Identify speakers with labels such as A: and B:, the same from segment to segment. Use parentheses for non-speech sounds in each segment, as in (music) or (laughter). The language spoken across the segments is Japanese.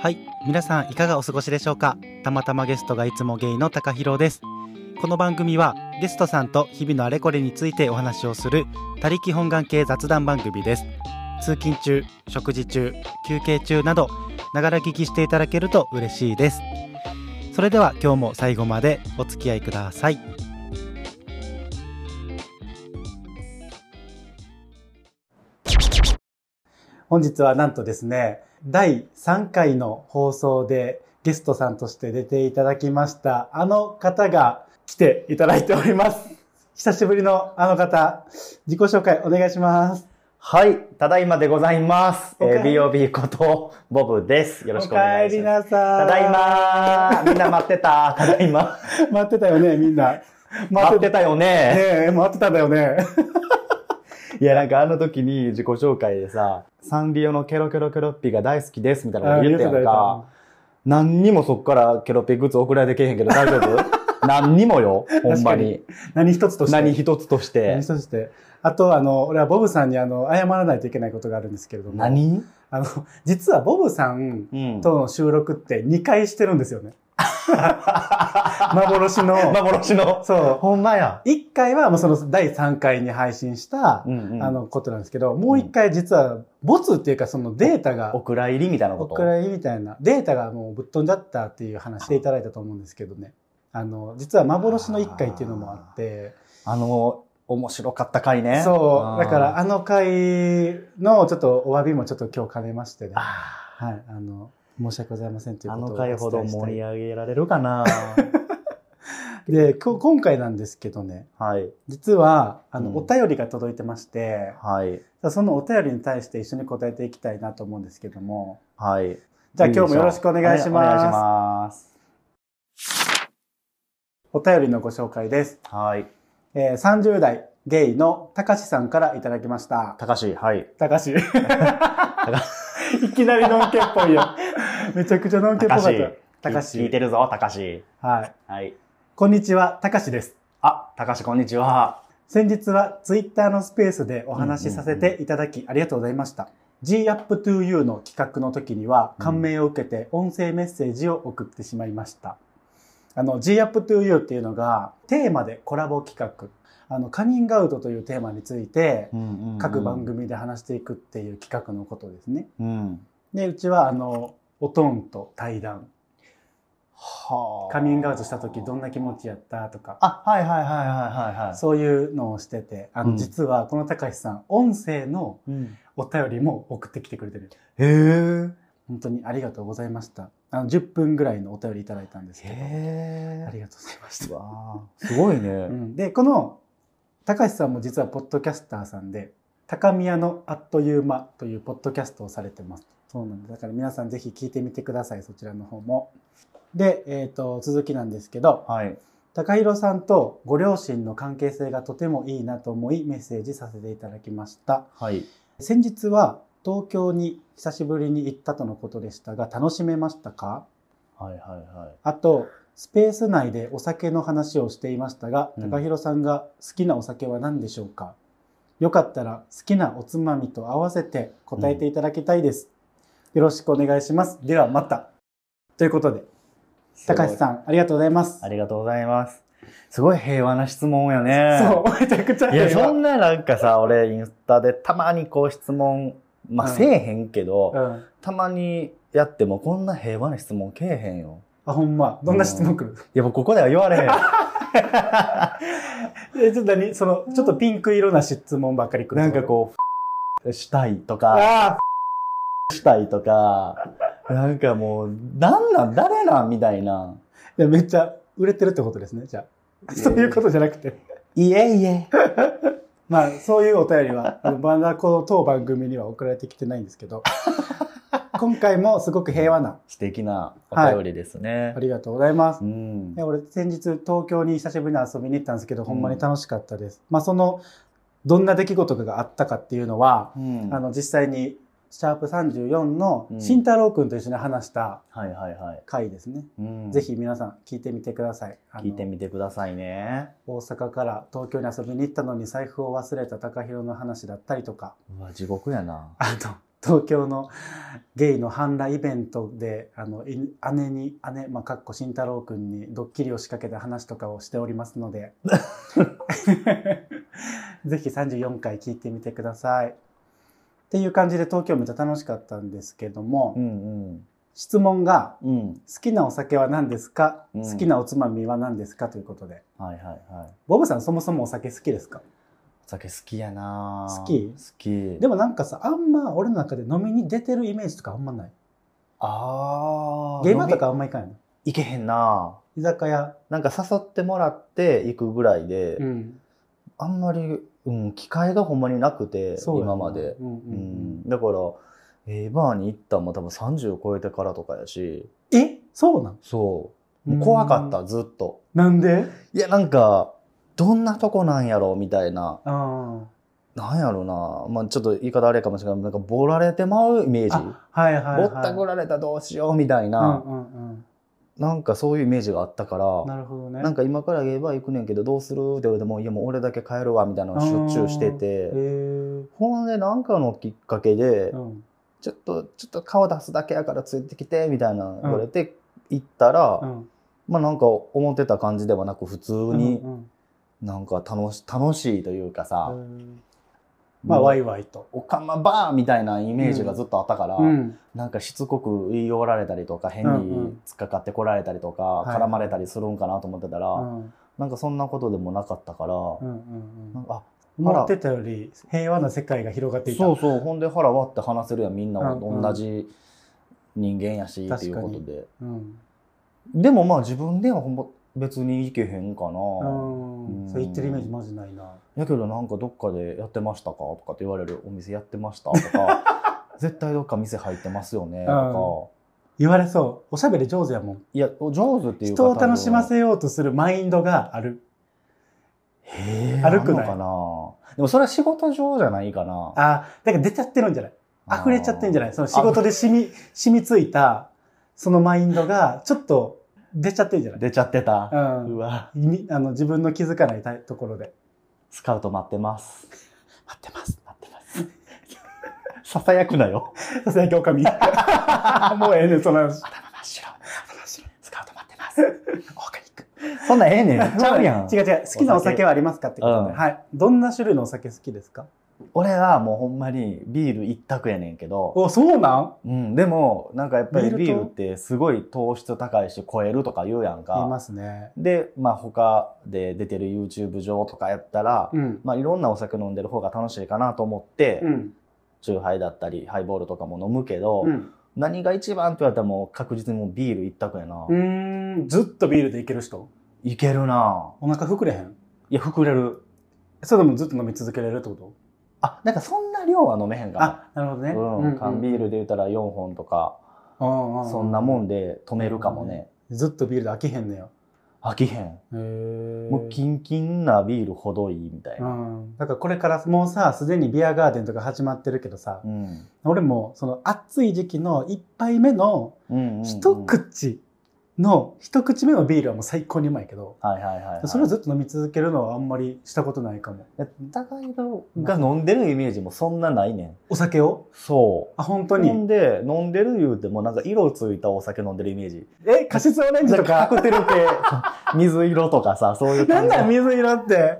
A: はい皆さんいかがお過ごしでしょうかたまたまゲストがいつもゲイの高博ですこの番組はゲストさんと日々のあれこれについてお話をする他力本願系雑談番組です通勤中食事中休憩中などながら聞きしていただけると嬉しいですそれでは今日も最後までお付き合いください本日はなんとですね第3回の放送でゲストさんとして出ていただきましたあの方が来ていただいております (laughs) 久しぶりのあの方自己紹介お願いします
B: はい、ただいまでございます。
A: おかえ
B: えー、BOB ことボブです。よろしくお願いします。
A: お帰りなさい
B: ただいまーみんな待っ
A: (laughs)
B: てた。ただいま。
A: 待ってたよねみんな
B: 待ってたよね。
A: ねえ待ってたんだよね
B: いや、なんかあの時に自己紹介でさ、サンリオのケロケロケロッピが大好きですみたいなこと言ったやんか。何にもそっからケロッピグッズ送られてけへんけど大丈
A: (laughs)
B: 夫何にもよ。ほんまに。
A: 何一つとして
B: 何一つとして
A: 何一。つとしてあとあの俺はボブさんにあの謝らないといけないことがあるんですけれども
B: 何
A: あの実はボブさん
B: うん。
A: との収録って2回してるんですよ (laughs) ね幻の
B: (laughs) 幻の。
A: そう
B: ほんまや。
A: 1回はもうその第3回に配信した、
B: うんうん
A: あのことなんですけどもう1回実はボツっていうかそのデータが
B: お蔵入りみたいなこ
A: お
B: と。
A: 蔵入りみたいなデータがもうぶっ飛んじゃったっていう話していただいたと思うんですけどねあの実は幻の1回っていうのもあって
B: あの、面白かった回ね。
A: そうだから
B: あー
A: あの回のちょっとお詫びもちょっと今日兼ねましてね、は
B: あ
A: い、あの申し訳ございませんとい
B: ー
A: う
B: あ
A: ことを
B: の
A: お伝
B: 回
A: えした
B: ほ
A: い
B: ど盛り上げられる
A: (laughs)
B: かな
A: でこ今回なんですけどね
B: はい。
A: 実はあの、
B: うん
A: お便りが届いてまして
B: はい。
A: そのお便りに対して一緒に答えていきたいなと思うんですけども
B: はい。
A: じゃあ今日もよろしくお願いし
B: お願いし
A: ます
B: ます。
A: お便りのご紹介です
B: はい。
A: えー、30代ゲイのたかしさんからいただきました。
B: 高橋、はい。
A: たかし。いきなりノンケっぽいよ。めちゃくちゃノンケっぽ
B: 高
A: かっ
B: 橋
A: た。たか
B: 聞い。
A: して
B: るぞ、高橋。
A: はい。
B: はい。
A: こんにちは、たかしです。
B: あ、高橋、こんにちは。
A: 先日はツイッターのスペースでお話しさせていただきありがとうございました。G-Up2U の企画の時には感銘を受けて音声メッセージを送ってしまいました。あの G-Up2U っていうのがテーマでコラボ企画。あのカミングアウトというテーマについて各番。組で話していくっていう企画のことですね。
B: うん。
A: でうちはあのおとんと対談
B: は
A: カミングアウトした時どんな気持ちやったとか
B: あ、はいはいはいはいはいはい。
A: そういうのをしててあの、
B: うん
A: 実はこのたかしさん音声の
B: うん。
A: お便りも送ってきてくれてる
B: へー
A: 本当にありがとうございましたあの10分ぐらいのお便りいただいたんですけど (laughs)
B: へ
A: あり
B: え。
A: がとうございまし
B: う
A: た、
B: わーすごいうね。
A: ん、でこのたかしさんも実はポッドキャスターさんで「高宮のあっという間」というポッドキャストをされてますそうなんですだから皆さんぜひ聞いてみてくださいそちらの方もで、えー、と続きなんですけど
B: はい。
A: 高弘さんとご両親の関係性がとてもいいなと思いメッセージさせていただきました
B: はい。
A: 先日は東京に久しぶりに行ったとのことでしたが楽しめましたか
B: はいはいはい。
A: あとスペース内でお酒の話をしていましたが、
B: うん
A: 高弘さんが好きなお酒は何でしょうかよかったら好きなおつまみと合わせて答えていただきたいです、よろしくお願いしますではまたということで高橋
B: ん。
A: さんありがとうございます
B: ありがとうございます。すごい平和な質問やね。
A: そうめちゃくちゃ
B: いや、
A: 平和
B: そんななんかさ、俺インスタでたまにこう質問、まあ、
A: うん
B: せえへんけど、
A: うん、
B: たまにやってもこんな平和な質問けえへんよ。
A: あほんまどんな質問来る、
B: いや、もうここでは言われへん。
A: えちょっと何そのちょっとピンク色な質問ばっかり来る
B: (laughs) なんかこう、 (laughs) したいとか、
A: あ
B: したいとか、なんかもう、なんなん、誰なんみたいな。
A: あいやめっちゃ売れてるってことですねじゃあそういうことじゃなくて
B: いえいえ。
A: まあそういうお便りはあのまだこの当番組には送られてきてないんですけ
B: (laughs)
A: ど今回もすごく平和な
B: 素敵なお便りですね。
A: ありがとうございます
B: う、ん
A: いや俺先日東京に久しぶりに遊びに行ったんですけどほんまに楽しかったです、まあそのどんな出来事があったかっていうのは、
B: うん
A: あの実際にシャープ34の
B: うん
A: 慎太郎君と一緒に話した
B: はいはいはい。
A: 回ですね、
B: うん
A: ぜひ皆さん聞いてみてくださいあの
B: 聞いてみてくださいね。
A: 大阪から東京に遊びに行ったのに財布を忘れた高弘の話だったりとか
B: うわ、地獄やな。
A: あと東京のゲイの反乱イベントで、あの、い姉に、姉、まあ、かっこ慎太郎くんにドッキリを仕掛けた話とかをしておりますので、 (laughs) ぜひ34回聞いてみてください。っていう感じで東京めっちゃ楽しかったんですけども、
B: うんうん。
A: 質問が、
B: うん。
A: 好きなお酒は何ですか、
B: うん
A: 好きなおつまみは何ですかということで。
B: はいはいはい。
A: ボブさんそもそもお酒好きですか
B: お酒好きやなぁ
A: 好き
B: 好き。
A: で
B: でも、
A: もなんかさ、あんま俺の中で飲みに出てるイメージとかあんまない。
B: あー
A: 現場とかあんま行かないの
B: 行けへんなぁ
A: 居酒屋。
B: なんか誘ってもらって行くぐらいで、
A: ん。
B: あんまり、うん、機会がほんまになくて、
A: やな
B: 今まで。
A: うんうん
B: う
A: うん
B: ん。だから、えーバーに行ったんも多分30超えてからとかやし、
A: えそうなん
B: そう。もう怖かっ
A: う
B: た、
A: ん
B: ずっと。
A: なんで
B: いや、なんか、どんなとこなんやろみたいな。
A: あ
B: なんやろな。まあちょっと言い方あれかもしれないけど。なんか、ボラれてまうイメージ。
A: あはいはいはい。
B: ぼったくられたどうしようみたいな、
A: うんうん
B: なんかそういうイメージがあったか
A: うん。な
B: ら、
A: るほどね。
B: なんか今からゲーバー行くねんけどどうするって言われても、いやもう俺だけ帰るわみたいなのをしょっちゅうして
A: へ
B: て、
A: ー
B: ほんでなんかのきっかけで
A: う、ん
B: ちょっと、ちょっと顔出すだけやからついてきてみたいな言われて行ったら
A: う、ん
B: まあなんか思ってた感じではなく普通に
A: うんうん
B: なんか楽し楽しいというかさ、
A: うんまあ、ワイワイと。
B: おかまバーみたいなイメージがずっとあったから、
A: うん
B: なんかしつこく言い寄られたりとか変
A: うんう
B: に
A: ん
B: 突っかかってこられたりとか、
A: はい
B: 絡まれたりするんかなと思ってたら、
A: うん
B: なんかそんなことでもなかったから、
A: うんうんう
B: なん
A: ん
B: かあ
A: 思ってたより平和な世界が広がっていた。
B: そうそうほんで腹割って話せるやんみんなは
A: うんうん
B: 同じ人間やし、っていうことで
A: うん
B: でもまあ自分ではほんま別に行けへんかな、
A: うんそう言ってるイメージマジないな。
B: やけどなんかどっかでやってましたかとかって言われるお店やってましたとか
A: (laughs)
B: 絶対どっか店入ってますよねとか、
A: 言われそう。おしゃべり上手やもん。
B: いや上手っていうか
A: 人を楽しま
B: 多分
A: せようとするマインドがある。
B: へえ
A: 歩くない
B: あんのかなでもそれは仕事上じゃないかな
A: ああ、だから出ちゃってるんじゃない溢れちゃってるんじゃないその仕事で染み、 (laughs) 染みついた、そのマインドが、ちょっと出ちゃってるんじゃない
B: 出ちゃってた、
A: う。
B: うんわ
A: みあの自分の気づかないたところで。 (laughs)
B: スカウト待ってます
A: 待ってます。
B: 待ってます (laughs) ささやくなよ
A: さすがにおか
B: (laughs)
A: み。もうええねん、その話。
B: 頭真っ白頭白スカウト待ってますオーガニックそんなんええねんちゃう
A: (laughs)
B: やん
A: 違う違う。好きなお酒はありますかってことで。
B: うん
A: はい。どんな種類のお酒好きですか
B: 俺はもうほんまにビール一択やねんけど
A: お、そうなん
B: うん、でもなんかやっぱ
A: ビール
B: り
A: と
B: ビールってすごい糖質高いし超えるとか言うやん
A: 言い
B: か
A: ますね。
B: で、まあ、他で出てる YouTube 上とかやったら、
A: うん。
B: まあ、いろんなお酒飲んでる方が楽しいかなと思って、
A: うん。
B: チューハイだったりハイボールとかも飲むけど、
A: うん
B: 何が一番って言われたらもう確実にもうビール一択やな、
A: うーん。ずっとビールでいける人
B: いけるな
A: お腹膨れへん
B: いや膨れる
A: それでもずっと飲み続けれるってこと
B: あなんかそんな量は飲めへんか
A: あ、なるほどね。
B: な、うん缶ビールで言ったら4本とか、そ
A: そ
B: んなも
A: ん。
B: んで止めるかもね、
A: ずっとビールで飽きへんのよ。
B: 飽きへん
A: へー
B: もうキンキンなビールほどいいみたいうな、
A: ん。だからこれからもうさ、すでにビアガーデンとか始まってるけどさ、
B: うん、
A: 俺もその暑い時期の一杯目の
B: 一
A: 一口の、一口目のビールはもう最高にうまいけど、
B: はいはいはい、はい、
A: それをずっと飲み続けるのはあんまりしたことないかも。
B: 高井戸が飲んでるイメージもそんなないねん
A: お酒を
B: そう
A: あ、本当
B: 飲
A: に。
B: んで飲んでる言うてもなんか色ついたお酒飲んでるイメージ
A: え、カシスオレンジ
B: なん
A: とか。
B: かカクテル系
A: (laughs)
B: 水色とかさそういう
A: な
B: 感
A: ん
B: じ
A: だ水色って。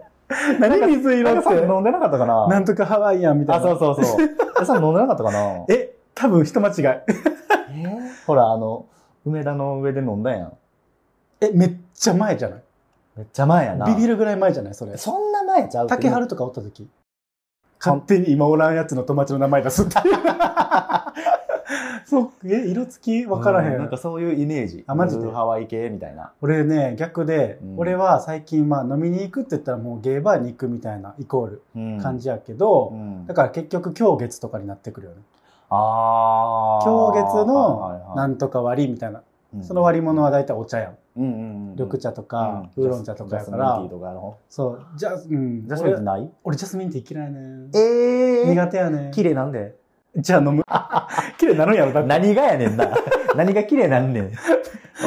A: 何水
B: な
A: 色
B: んか
A: っ
B: さ
A: て。
B: 飲んでなかったかな
A: なんとかハワイアンみたい
B: あ
A: な。
B: そうそうそう
A: (laughs)
B: えさ飲んでなかったかなえ
A: え、多分人間違い。
B: ほらあの梅田の上で飲んだやん
A: え、めっちゃ前じゃない
B: めっちゃ前やな
A: ビビるぐらい前じゃないそれ。
B: そんな前ちゃう
A: 竹
B: は
A: 春とかおった時。勝手に今おらんやつの友達の名前出すっていう。そう、え、色付きわからへん。
B: なんかそういうイメージ
A: あマジで
B: ブルーハワイ系みたいな
A: (laughs) 俺ね、逆で、
B: うん
A: 俺は最近まあ飲みに行くって言ったらもうゲーバーに行くみたいなイコール感
B: じ、
A: じやけど、
B: うん
A: だから結局今日月とかになってくるよね。
B: ああ。
A: 今日月のな
B: はいはい
A: んとか割りみたいな。
B: うん
A: その割り物は大体お茶やん。
B: うんうんうん、
A: 緑茶と
B: うん
A: か、ウーロン茶とかやか
B: ジャスミン
A: ら
B: ティ。ーとかの。
A: そう。じゃあ、うん。
B: ジャスミンティー
A: 俺
B: ない
A: 俺ジャスミンティー嫌いね。
B: え
A: 苦手やね。
B: 綺麗なんで。
A: じゃあ飲む。 (laughs) 綺麗になるんやろ、だって。
B: 何がやねん (laughs) な。何が綺麗なんねん。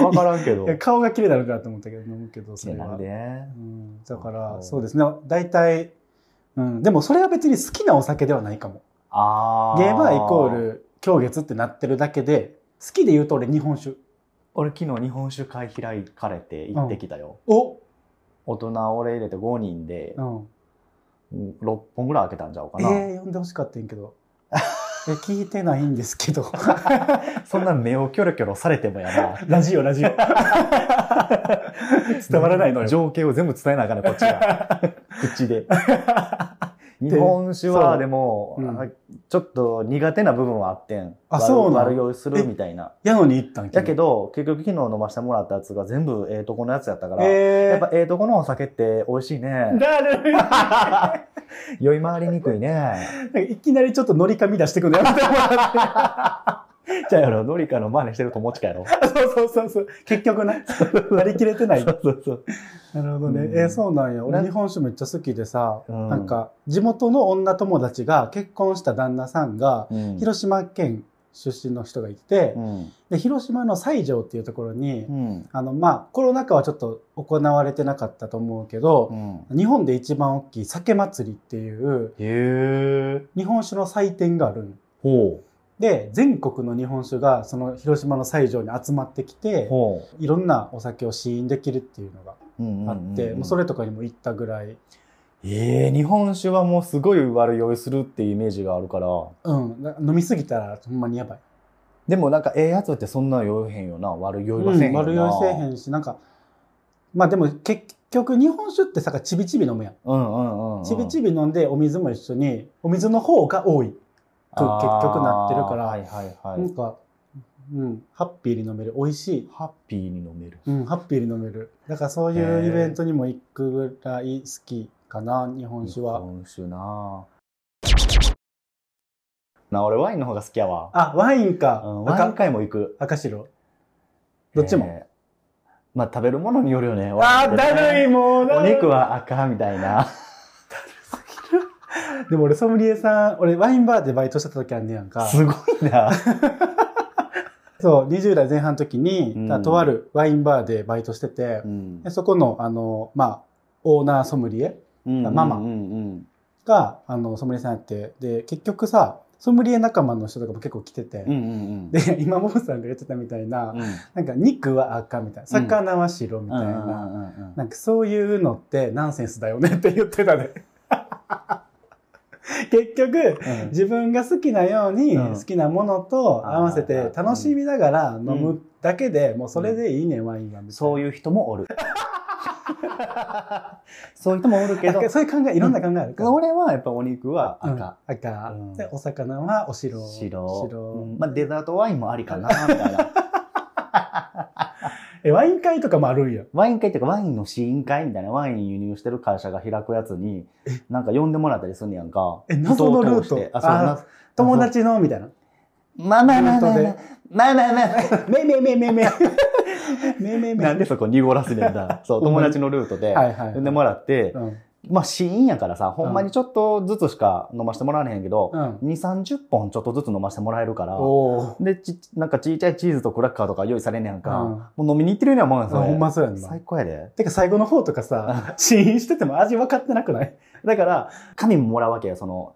B: わからんけど
A: いや顔が綺麗になるからと思ったけど、飲むけど、そ
B: 綺麗
A: れ
B: な
A: は
B: ん。で。
A: うんだか
B: う
A: ら、
B: ん
A: そうですね。大体、うん。でもそれは別に好きなお酒ではないかも。
B: あ
A: ゲーバーイコー。ル狂月ってなってるだけで、好きで言うと俺日本酒。
B: 俺昨日日本酒会開かれて行ってきたよ。
A: お
B: 大人俺入れて5人で
A: うん。
B: 6本ぐらい開けたんちゃうか
A: え
B: な。
A: ー、呼んでほしかったんやけど。え、聞いてないんですけど。 (laughs)
B: そんな目をキョロキョロされてもやな。
A: ラジオ、ラジオ。 (laughs) 伝わらないのよ。
B: 情景を全部伝えなあかんね、こっち
A: (laughs)
B: が。口で。日本酒
A: そう
B: は、でも、
A: うん
B: あちょっと苦手な部分はあってん。
A: あ
B: 悪
A: そうなん
B: 悪酔いするみたいな。
A: やのに行ったん
B: やけ
A: ど、
B: ど、結局昨日飲ませてもらったやつが全部ええとこのやつやったから、や
A: え
B: っぱええとこのお酒って美味しい
A: (laughs) ー、
B: ね。
A: だるい。
B: 酔い回りにくい
A: (laughs)
B: ね。
A: なんかいきなりちょっと乗りかみ出してくるのやめて (laughs) もら
B: じゃあやろ、ノリカの真似してる友近やろ。
A: って。そうそうそうそう。結局
B: (laughs)
A: な。なりきれてない。
B: そうそうそう。
A: なるほどね。
B: うん
A: えーそうなんや。俺
B: な
A: 日本酒めっちゃ好きでさ、
B: うん
A: なんか地元の女友達が結婚した旦那さんが、
B: うん
A: 広島県出身の人がいて、
B: うん。
A: で広島の西条っていうところに、
B: うん。
A: あのまあコロナ禍はちょっと行われてなかったと思うけど、
B: うん。
A: 日本で一番大きい酒祭りっていう
B: へえ。
A: 日本酒の祭典があるん
B: ほ
A: で全国の日本酒がその広島の西条に集まってき
B: う。
A: て
B: ほ
A: いろんなお酒を試飲できるっていうのが
B: う。うんうんうんうん
A: あって、もうそれとかにも行ったぐらい
B: ええ日本酒はもうすごい悪酔いするっていうイメージがあるから。
A: うん、な飲みすぎたらほんまにやばい。
B: でもなんかええやつってそんな酔えへんよな。悪酔いはせえへんよな。
A: 悪酔いせえへんし、なんか、まあでも結局日本酒ってさ、ちびちび飲むやん。
B: うんうんうん。
A: ちびち
B: び
A: び飲んでお水も一緒に、お水の方が多い。と結局なってるから
B: はいはいは
A: ないん。か、うん、ハッピーに飲める。美味しい。
B: ハッピーに飲める。
A: うん、ハッピーに飲める。だからそういうイベントにも行くぐらい好きかな、日本酒は。
B: 日本酒なな俺ワインの方が好きやわ。
A: あ、ワインか
B: う。んワイン
A: 赤、
B: 会も行く。
A: 赤白。どっちも。
B: えーまあ食べるものによるよね。
A: あー、だるい、
B: い
A: もうだ
B: お
A: るい
B: 肉は赤みたいな。
A: でも俺ソムリエさん、俺ワインバーでバイトしてた時あんねやんか。
B: すごいな。
A: そう、20代前半の時に、
B: うん
A: だとあるワインバーでバイトしてて、
B: うん
A: でそこの、あの、まあ、オーナーソムリエママ
B: うんうん
A: が、あの、ソムリエさんやって、で、結局さ、ソムリエ仲間の人とかも結構来てて、
B: うん。うんうんうん。
A: で、今、モブさんが言ってたみたいな、
B: うん、み
A: なんか肉は赤みたいな、魚は白みたいな、なんかそういうのってナンセンスだよねって言ってたね。 (laughs) 結局、自分が好きなように
B: うん
A: 好きなものと合わせて楽しみながら飲むだけでもうそれでいいねワインはみたいな
B: そういう人もおる。そういう人もおるけど
A: あ、そういう考えいろんな考えあるから、
B: 俺はやっぱお肉は
A: うん
B: 赤、
A: 赤、
B: うん
A: でお魚はお白
B: 白、
A: 白
B: うんまあデザートワインもありかな、みたい (laughs) な。
A: えワイン会とかもあるんや
B: ワイン会っていうかワインの試飲会みたいな、ワイン輸入してる会社が開くやつに、なんか呼んでもらったりすんねやんか。
A: え謎のルート
B: 人を通してあ、そう
A: あー
B: な。
A: 友達のみたいな
B: まあまあまあまあ
A: ルート
B: まあまあまあ。
A: 「めいめいめいめいめい (laughs) めいめいめい
B: (laughs) なんでそこ濁らすねんだ。 (laughs) そう、友達のルートで
A: はいはい
B: 呼んでもらって、
A: うん
B: まあ試飲やからさ、ほんまにちょっとずつしか飲ませてもらわれへんけど、
A: うん
B: 2、30本ちょっとずつ飲ませてもらえるから、
A: おお
B: で、ち、なんかちっちゃいチーズとクラッカーとか用意されんねやんか、
A: う
B: もう飲みに行ってるようなもんやん、それ
A: ほんまそうやんな
B: 最高やで。
A: てか最後の方とかさ試飲してても味分かってなくない
B: だから、紙ももらうわけよ、その、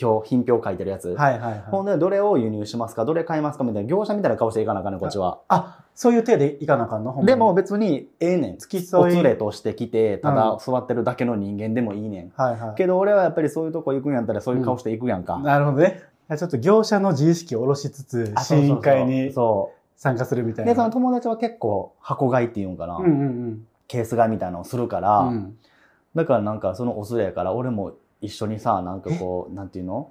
B: 表、品評書いてるやつ。
A: はいはい
B: ほ
A: はい
B: んで、どれを輸入しますか、どれ買いますかみたいな、業者みたいな顔していかなあかんねん、こっちは。
A: あそういう手でいかなあかんのほんまに
B: でも別に、ええねん。
A: 付き
B: お
A: 添い
B: 連れとしてきて、ただ座ってるだけの人間でもいいねん。
A: はいはい
B: けど俺はやっぱりそういうとこ行くんやったらそういう顔して行くやんか。
A: なるほどね。ちょっと業者の自意識を下ろしつつ、
B: あ
A: 試
B: そうそうそう
A: 飲会に
B: そ
A: 参加するみた
B: う。
A: い
B: で、その
A: な。
B: 友達は結構箱買いっていうんかな。
A: うんうん
B: ケース買いみたいなのをするから、
A: うん。うん
B: だからなんかそのお連れやから俺も一緒にさ、なんかこう、なんていうの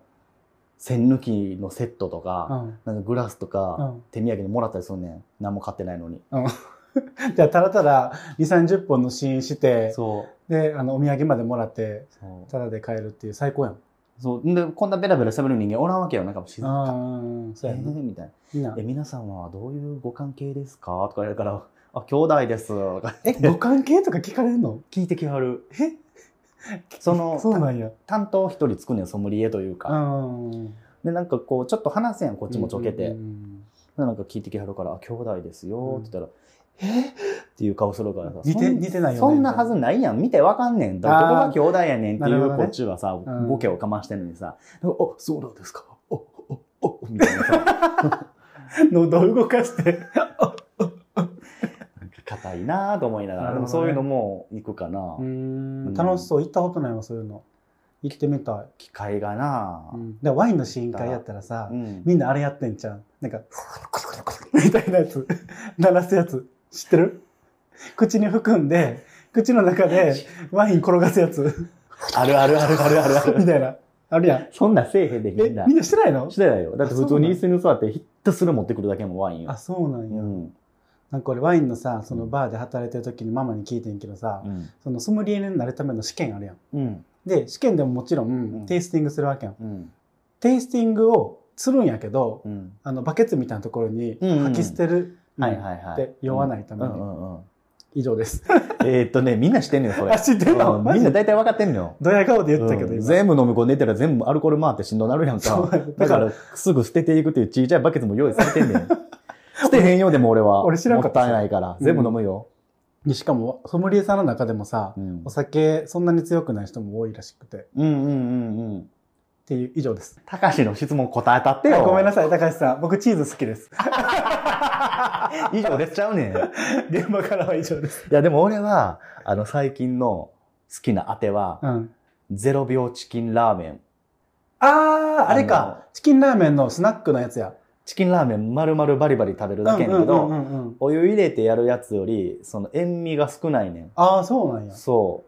B: 栓抜きのセットと
A: う
B: か、
A: ん
B: なんかグラスと
A: う
B: か、
A: ん
B: 手土産にもらったりするねん。何も買ってないのに。
A: じゃあ、たらたら2、30本の試飲して、
B: そ
A: で、あの、お土産までもらって
B: う。、そう。
A: ただで買えるっていう最高やん。
B: そうで、こんなベラベラ喋る人間おらんわけよ。なんかもう静か。
A: ああ、そうや
B: え
A: な。
B: ーみたいな。
A: みんな
B: え、。皆さんはどういうご関係ですかとか言われるから、あ、兄弟です。とか
A: え、ご関係とか聞かれるの
B: 聞いてきはる。
A: え
B: その、
A: そうなんや。
B: 担当一人つくねん、ソムリエという
A: う
B: か。
A: ん。こ
B: で、なんかこう、ちょっと話せんやん、こっちもちょけて。
A: うん
B: なんか聞いてきはるから、あ兄弟ですよ、って言ったら、っていう顔するからさ。
A: 似て
B: そん
A: 似てないよね
B: そんなはずないやん。見てわかんねん。だか
A: あー
B: らどこが兄弟やねんってい
A: なるほ
B: う、
A: どね
B: こっちはさ
A: うん、
B: ボケをかましてんのにさ、あ、そうなんですか。お、お、お、みたいなさ、なんか
A: (laughs) 喉を動かして。
B: 硬いなぁと思いなが
A: な
B: ら、
A: る
B: で
A: ほどね
B: もそういうのも行くかな
A: う。
B: うんん
A: 楽しそう。行ったことないわ、そういうの。行ってみた。
B: 機会がない
A: でワインの試飲会やったらさ
B: ぁ。、うん
A: みんなあれやってんじゃん。なんか、みたいなやつ。 (laughs) 鳴らすやつ。知ってる口に含んで、口の中でワイン転がすや
B: (laughs)
A: つ。
B: あるあるあるあるあるあ
A: み
B: る。
A: たいな。あるやん。
B: そんなんせえへんで
A: え、
B: み
A: み
B: んな。
A: んなしてないの
B: してないよ。だって普通に椅子に座ってひったすら持ってくるだけもワイン
A: あ、
B: よ。
A: そうなん
B: う
A: や。
B: ん。
A: なんか俺ワインのさ、そのバーで働いてる時にママに聞いてんけどさ
B: う、ん。
A: そのソムリエになるための試験あるやん。
B: うん。
A: で、試験でももちろん
B: ん
A: テイスティングするわけやん。
B: うん。
A: テイスティングをするんやけど、
B: うん。
A: あの、バケツみたいなところに
B: うんうん
A: 吐き捨てる。
B: はいはいはい。
A: で酔わないために
B: うんうんうん。
A: 以上です。
B: えーっとね、みんな知ってんのよ、そ
A: (laughs)
B: れ。
A: あ、知ってるの
B: うん
A: マ
B: み
A: ジ
B: んな
A: で
B: 大体分かってんのよ。
A: ドヤ顔で言ったけど、
B: うん
A: 今
B: 全部飲み込んでたら全部アルコール回ってしんどなるやん
A: そう
B: か。
A: だよ
B: だから、すぐ捨てていくっていうちっちゃいバケツも用意されて
A: (laughs)
B: んねん。捨てへんよ、でも俺は。
A: 俺知らんかった
B: もったいないから。全部飲むよ。
A: でしかもソムリエさんの中でもさ、
B: うん
A: お酒そんなに強くない人も多いらしくてっ
B: うんうんうんうん。
A: ていう以上です
B: たかしの質問答えたってよ。
A: ごめんな
B: さ
A: さい高橋さん僕チーズ好きです (laughs)
B: い。以上出ちゃうねん。い
A: 現場からは以上です
B: や、でも俺は、あの、最近の好きなあては、
A: うん
B: ゼロ秒チキンラーメン。
A: あーあれかチキンラーメンのスナックのやつや
B: チキンラーメン丸々バリバリ食べるだけやねんけ
A: うんう
B: ど、
A: んうんうんうん
B: お湯入れてやるやつより、その塩味が少ないねん。
A: ああそうなんや
B: そ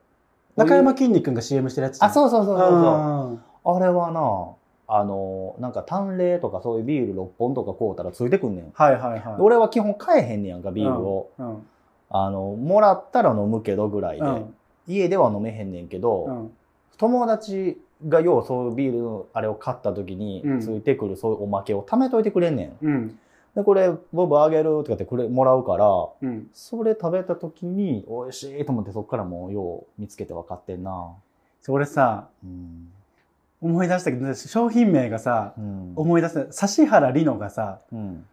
B: う。
A: 中山きんに君が CM してるやつ
B: あ、
A: う
B: そうそうそうそうそう。
A: ん
B: あれはな、あの、なんか淡麗とかそういうビール6本とか買うたらついてくんねん。
A: はいはいはい
B: 俺は基本買えへんねやんか、ビールを。
A: うん
B: あの、もらったら飲むけどぐらいで。
A: うん
B: 家では飲めへんねんけど、
A: うん
B: 友達がようそういうビールのあれを買った時に
A: うん
B: ついてくるそういうおまけを貯めといてくれんねん。
A: うん
B: で、これ、ボブあげるとかってくれ、もらうから、
A: うん
B: それ食べた時に美味しいと思ってそっからもうよう見つけて分かってんな。
A: 俺さ
B: うん。
A: 思い出したけど商品名がさ
B: うん。
A: 思い出せない指原莉乃がさ
B: うん。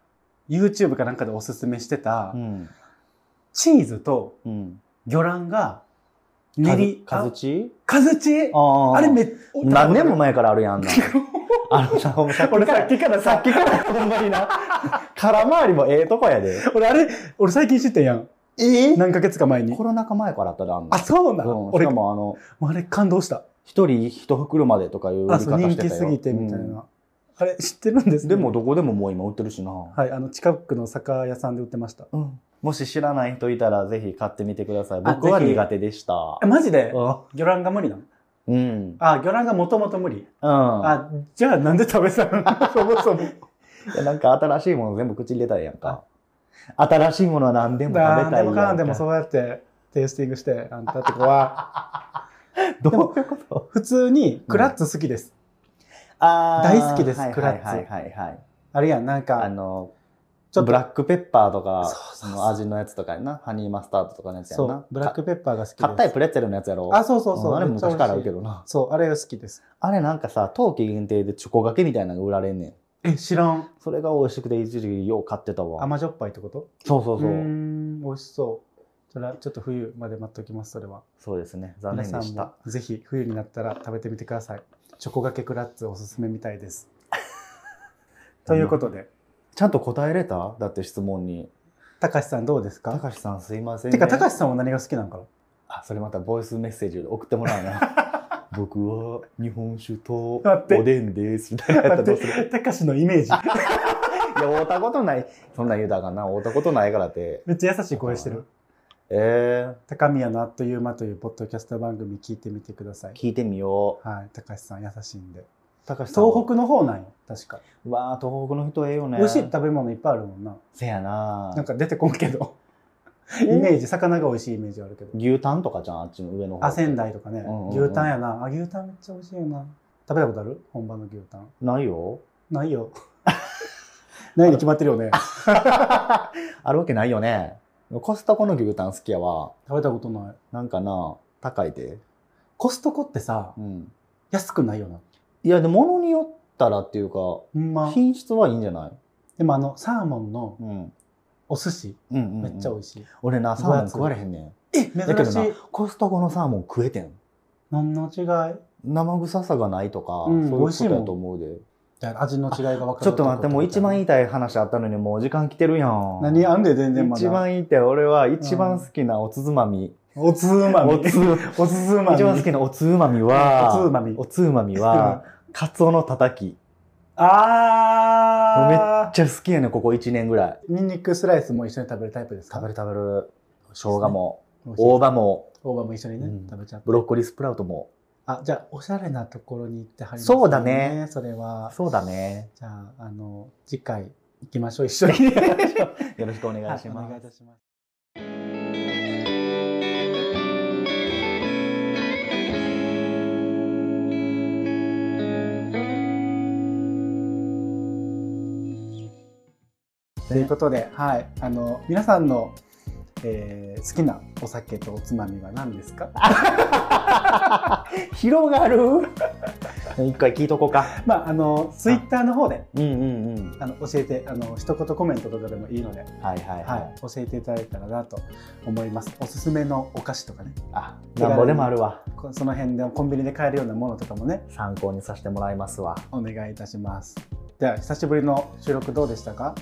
A: YouTube かなんかでおすすめしてた、
B: うん。
A: チーズと
B: うん。
A: 魚卵が練り、
B: かずち
A: かずち
B: ああ
A: あれめっ
B: 何年も前からある
A: (laughs)
B: やんあんな。あのさ、ほんまさっき
A: 俺
B: か
A: さっ
B: ら、
A: きから
B: さっ
A: さ、
B: きからほんま
A: (laughs)
B: にな。空回りもええとこやで。
A: 俺あれ、俺最近知ってんやん。
B: え
A: 何ヶ月か前に
B: コ。ロナ禍前からあったで、あんな
A: あ、。そうな
B: うん
A: の
B: し
A: 俺、
B: か
A: も
B: もあの、
A: うあれ感動した。
B: 一人一袋までとかいう売
A: あ、
B: り
A: そう、
B: 方
A: 人
B: してたよ
A: 気すぎてみたい
B: うん
A: な。あれ、知ってるんですね
B: でも、どこでももう今売ってるしな。
A: はい、あの、近くの酒屋さんで売ってました。
B: うんもし知らない人いたらぜひ買ってみてください。
A: あ
B: 僕は
A: ぜひ
B: 苦手でした
A: え、。マジで
B: う
A: 魚卵が無理なの
B: ん。
A: あ、魚卵がもともと無理。
B: うん。
A: あ、じゃあなんで食べたの (laughs) そもそも。
B: いやなんか新しいもの全部口に入れたらやんか。新しいものは何でも食べたい
A: な
B: や
A: んんでもかんでも
B: う。
A: そうやってテイスティングして、あんたって子は、
B: ど
A: でも
B: ういうこと
A: 普通にクラッツ好きです。
B: あ
A: ー大好きです
B: はい
A: クラッツ
B: はいはいはいはい。
A: あれやん、なん
B: あ
A: か、
B: の、
A: ちょっと
B: ブラックペッパーとか
A: そうそうそう
B: の味のやつとかやな。ハニーマスタードとかのやつや
A: そ
B: んな。
A: う、ブラックペッパーが好きです。
B: か硬いプレッツェルのやつやろ。
A: あ、そうそうそう。
B: んあれ
A: めっちゃ美味
B: 昔
A: しい
B: からあるけどな。
A: そう、あれが好きです。
B: あれなんかさ、冬季限定でチョコがけみたいなのが売られんねん。
A: え、知らん。
B: それが美味しくて一時期よう買ってたわ。
A: 甘じょっぱいってこと
B: そうそうそう
A: ー
B: う。
A: ん、美味しそう。それはちょっと冬まで待っておきます、それは。
B: そうですね。残
A: 皆
B: 念
A: さ
B: で
A: ん
B: し
A: も
B: た。
A: ぜひ冬になったら食べてみてください。チョコがけクラッツおすすめみたい
B: (laughs)
A: です。ということで、
B: ちゃんと答えれただって質問に。
A: たかしさんどうです
B: た
A: か
B: かしさんすいません、
A: てか、たかしさんは何が好きなんかな
B: あ、それまたボイスメッセージで送ってもらうな。
A: (laughs)
B: 僕は日本酒とお
A: 待って
B: でんです。みたいなやつどうする
A: 待ってたかしのイメージ。
B: いや、会うたことない。そんなん言うたらあかんな。会うたことないからって。
A: めっちゃ優しい声してる。
B: え
A: 高宮のあっという間というポッドキャスト番組聞いてみてください
B: ー、。聞いてみよ
A: はい、たかしさん優しいんで。
B: う。たかしさん。
A: 東北の方なんよ、確か。
B: 北。わあ、東北の人ええよね。
A: 美味しい食べ物いっぱいあるもんな。
B: せやな
A: なんか出てこんけど。イメージ、魚が美味しいイメージあるけど。
B: 牛タンとかじゃん、あっちの上の方。
A: あ、仙。台とかね
B: うん。うんうん
A: 牛タンやな。あ、牛タンめっちゃ美味しいよな。食べたことある本場の牛タン。
B: ないよ。 (laughs)
A: ないよ。ないに決まってるよね。
B: あるわけないよね。コストコの牛タン好きやわ。
A: 食べたことない。
B: なんかな、高いで。
A: コストコってさ
B: う、ん。
A: 安くないよな。
B: いや、でも、物によったらっていうか、
A: ほんま。
B: 品質はいいんじゃない
A: でもあの、サーモンの
B: うん。
A: おお寿司、
B: うんうんうん
A: めっちゃ美味しい。
B: 俺な、サーモン食われへんねん。
A: え、
B: だけど
A: 珍し。、
B: ないコストコのサーモン食えてん。
A: 何の違い
B: 生臭さがないとか、
A: うん
B: そういうことだと思うで。
A: じゃあ味の違いが分かる。
B: ちょっと待って、もう一番言いたい話あったのに、もう時間来てるやん。
A: 何あんで全然まだ。
B: 一番言いたい、俺は一番好きなおつまみ。
A: おつまみ。
B: (laughs) おつ、
A: おつまみ。
B: 一番好きなおつまみは、
A: おつまみ
B: おつまみは、カツオのたたき。もうめっ
A: (laughs) あ
B: ちゃ好きやねんここ1年ぐらい。
A: ー。ニンニクスライスも一緒に食べるタイプですか
B: 食
A: る。
B: べる食べる。生姜も、
A: 大
B: 大
A: 葉。
B: 葉も、
A: 大葉も一緒にね、
B: うん
A: 食べちゃって
B: ブロッコリースプラウトも。
A: あ、じゃあ、おしゃれなところに行ってはります
B: そうだね。
A: それは。
B: そう
A: (laughs)
B: だね。
A: じゃあ、あの、次回行きましょう。一緒に。は
B: よろしくお願いし
A: いお
B: ます
A: 願いい。たします。ということで、はい、あの皆さんの、えー好きなお酒とおつまみは何ですか？
B: 広がる一回聞いとこうか。
A: まああのツイッターの方で
B: うんうんうん。
A: あの教えてあの一言コメントとかでもいいので、はい、
B: はいはいはい。
A: 教えていただいたらなと思います。おすすめのお菓子とかね、
B: あ、なんぼでもあるわ。
A: こその辺でコンビニで買えるようなものとかもね、
B: 参考にさせてもらいますわ。
A: お願いいたします。では久しぶりの収録どうでしたか？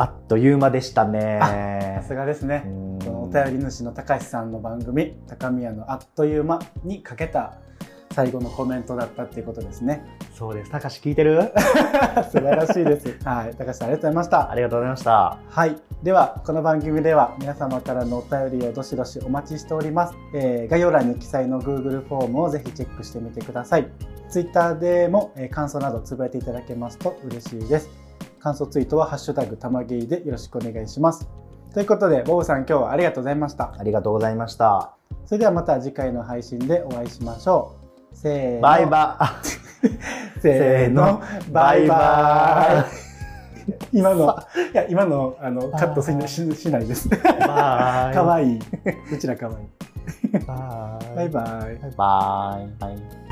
B: あっという間でした
A: さ
B: ね。
A: すがですね。
B: うん
A: このお便り主の高橋さんの番組「高宮のあっという間」にかけた最後のコメントだったっていうことですね。 (laughs)
B: そうです。たかし聞いてる
A: 素晴らしいです。はい、高橋さんありがとうございまし
B: あ
A: た。
B: りがとうございました。
A: はい、ではこの番組では皆様からのお便りをどしどしお待ちしております。えー概要欄に記載の Google フォームをぜひチェックしてみてください。Twitter でも、えー感想などつぶやいていただけますと嬉しいです。感想ツイートはハッシュタグたまげいでよろしくお願いします。ということで、ボブさん今日はありがとうございました。
B: ありがとうございました。
A: それではまた次回の配信でお会いしましょう。せーの。
B: バイバ
A: イ。せーの。バイバ (laughs) イ。今の、いや、今の、あの、カットしなししないです。
B: イ。バイ。
A: かわいい。うちらかわいい。
B: バイ。
A: バイバイ。
B: バイ。バイ。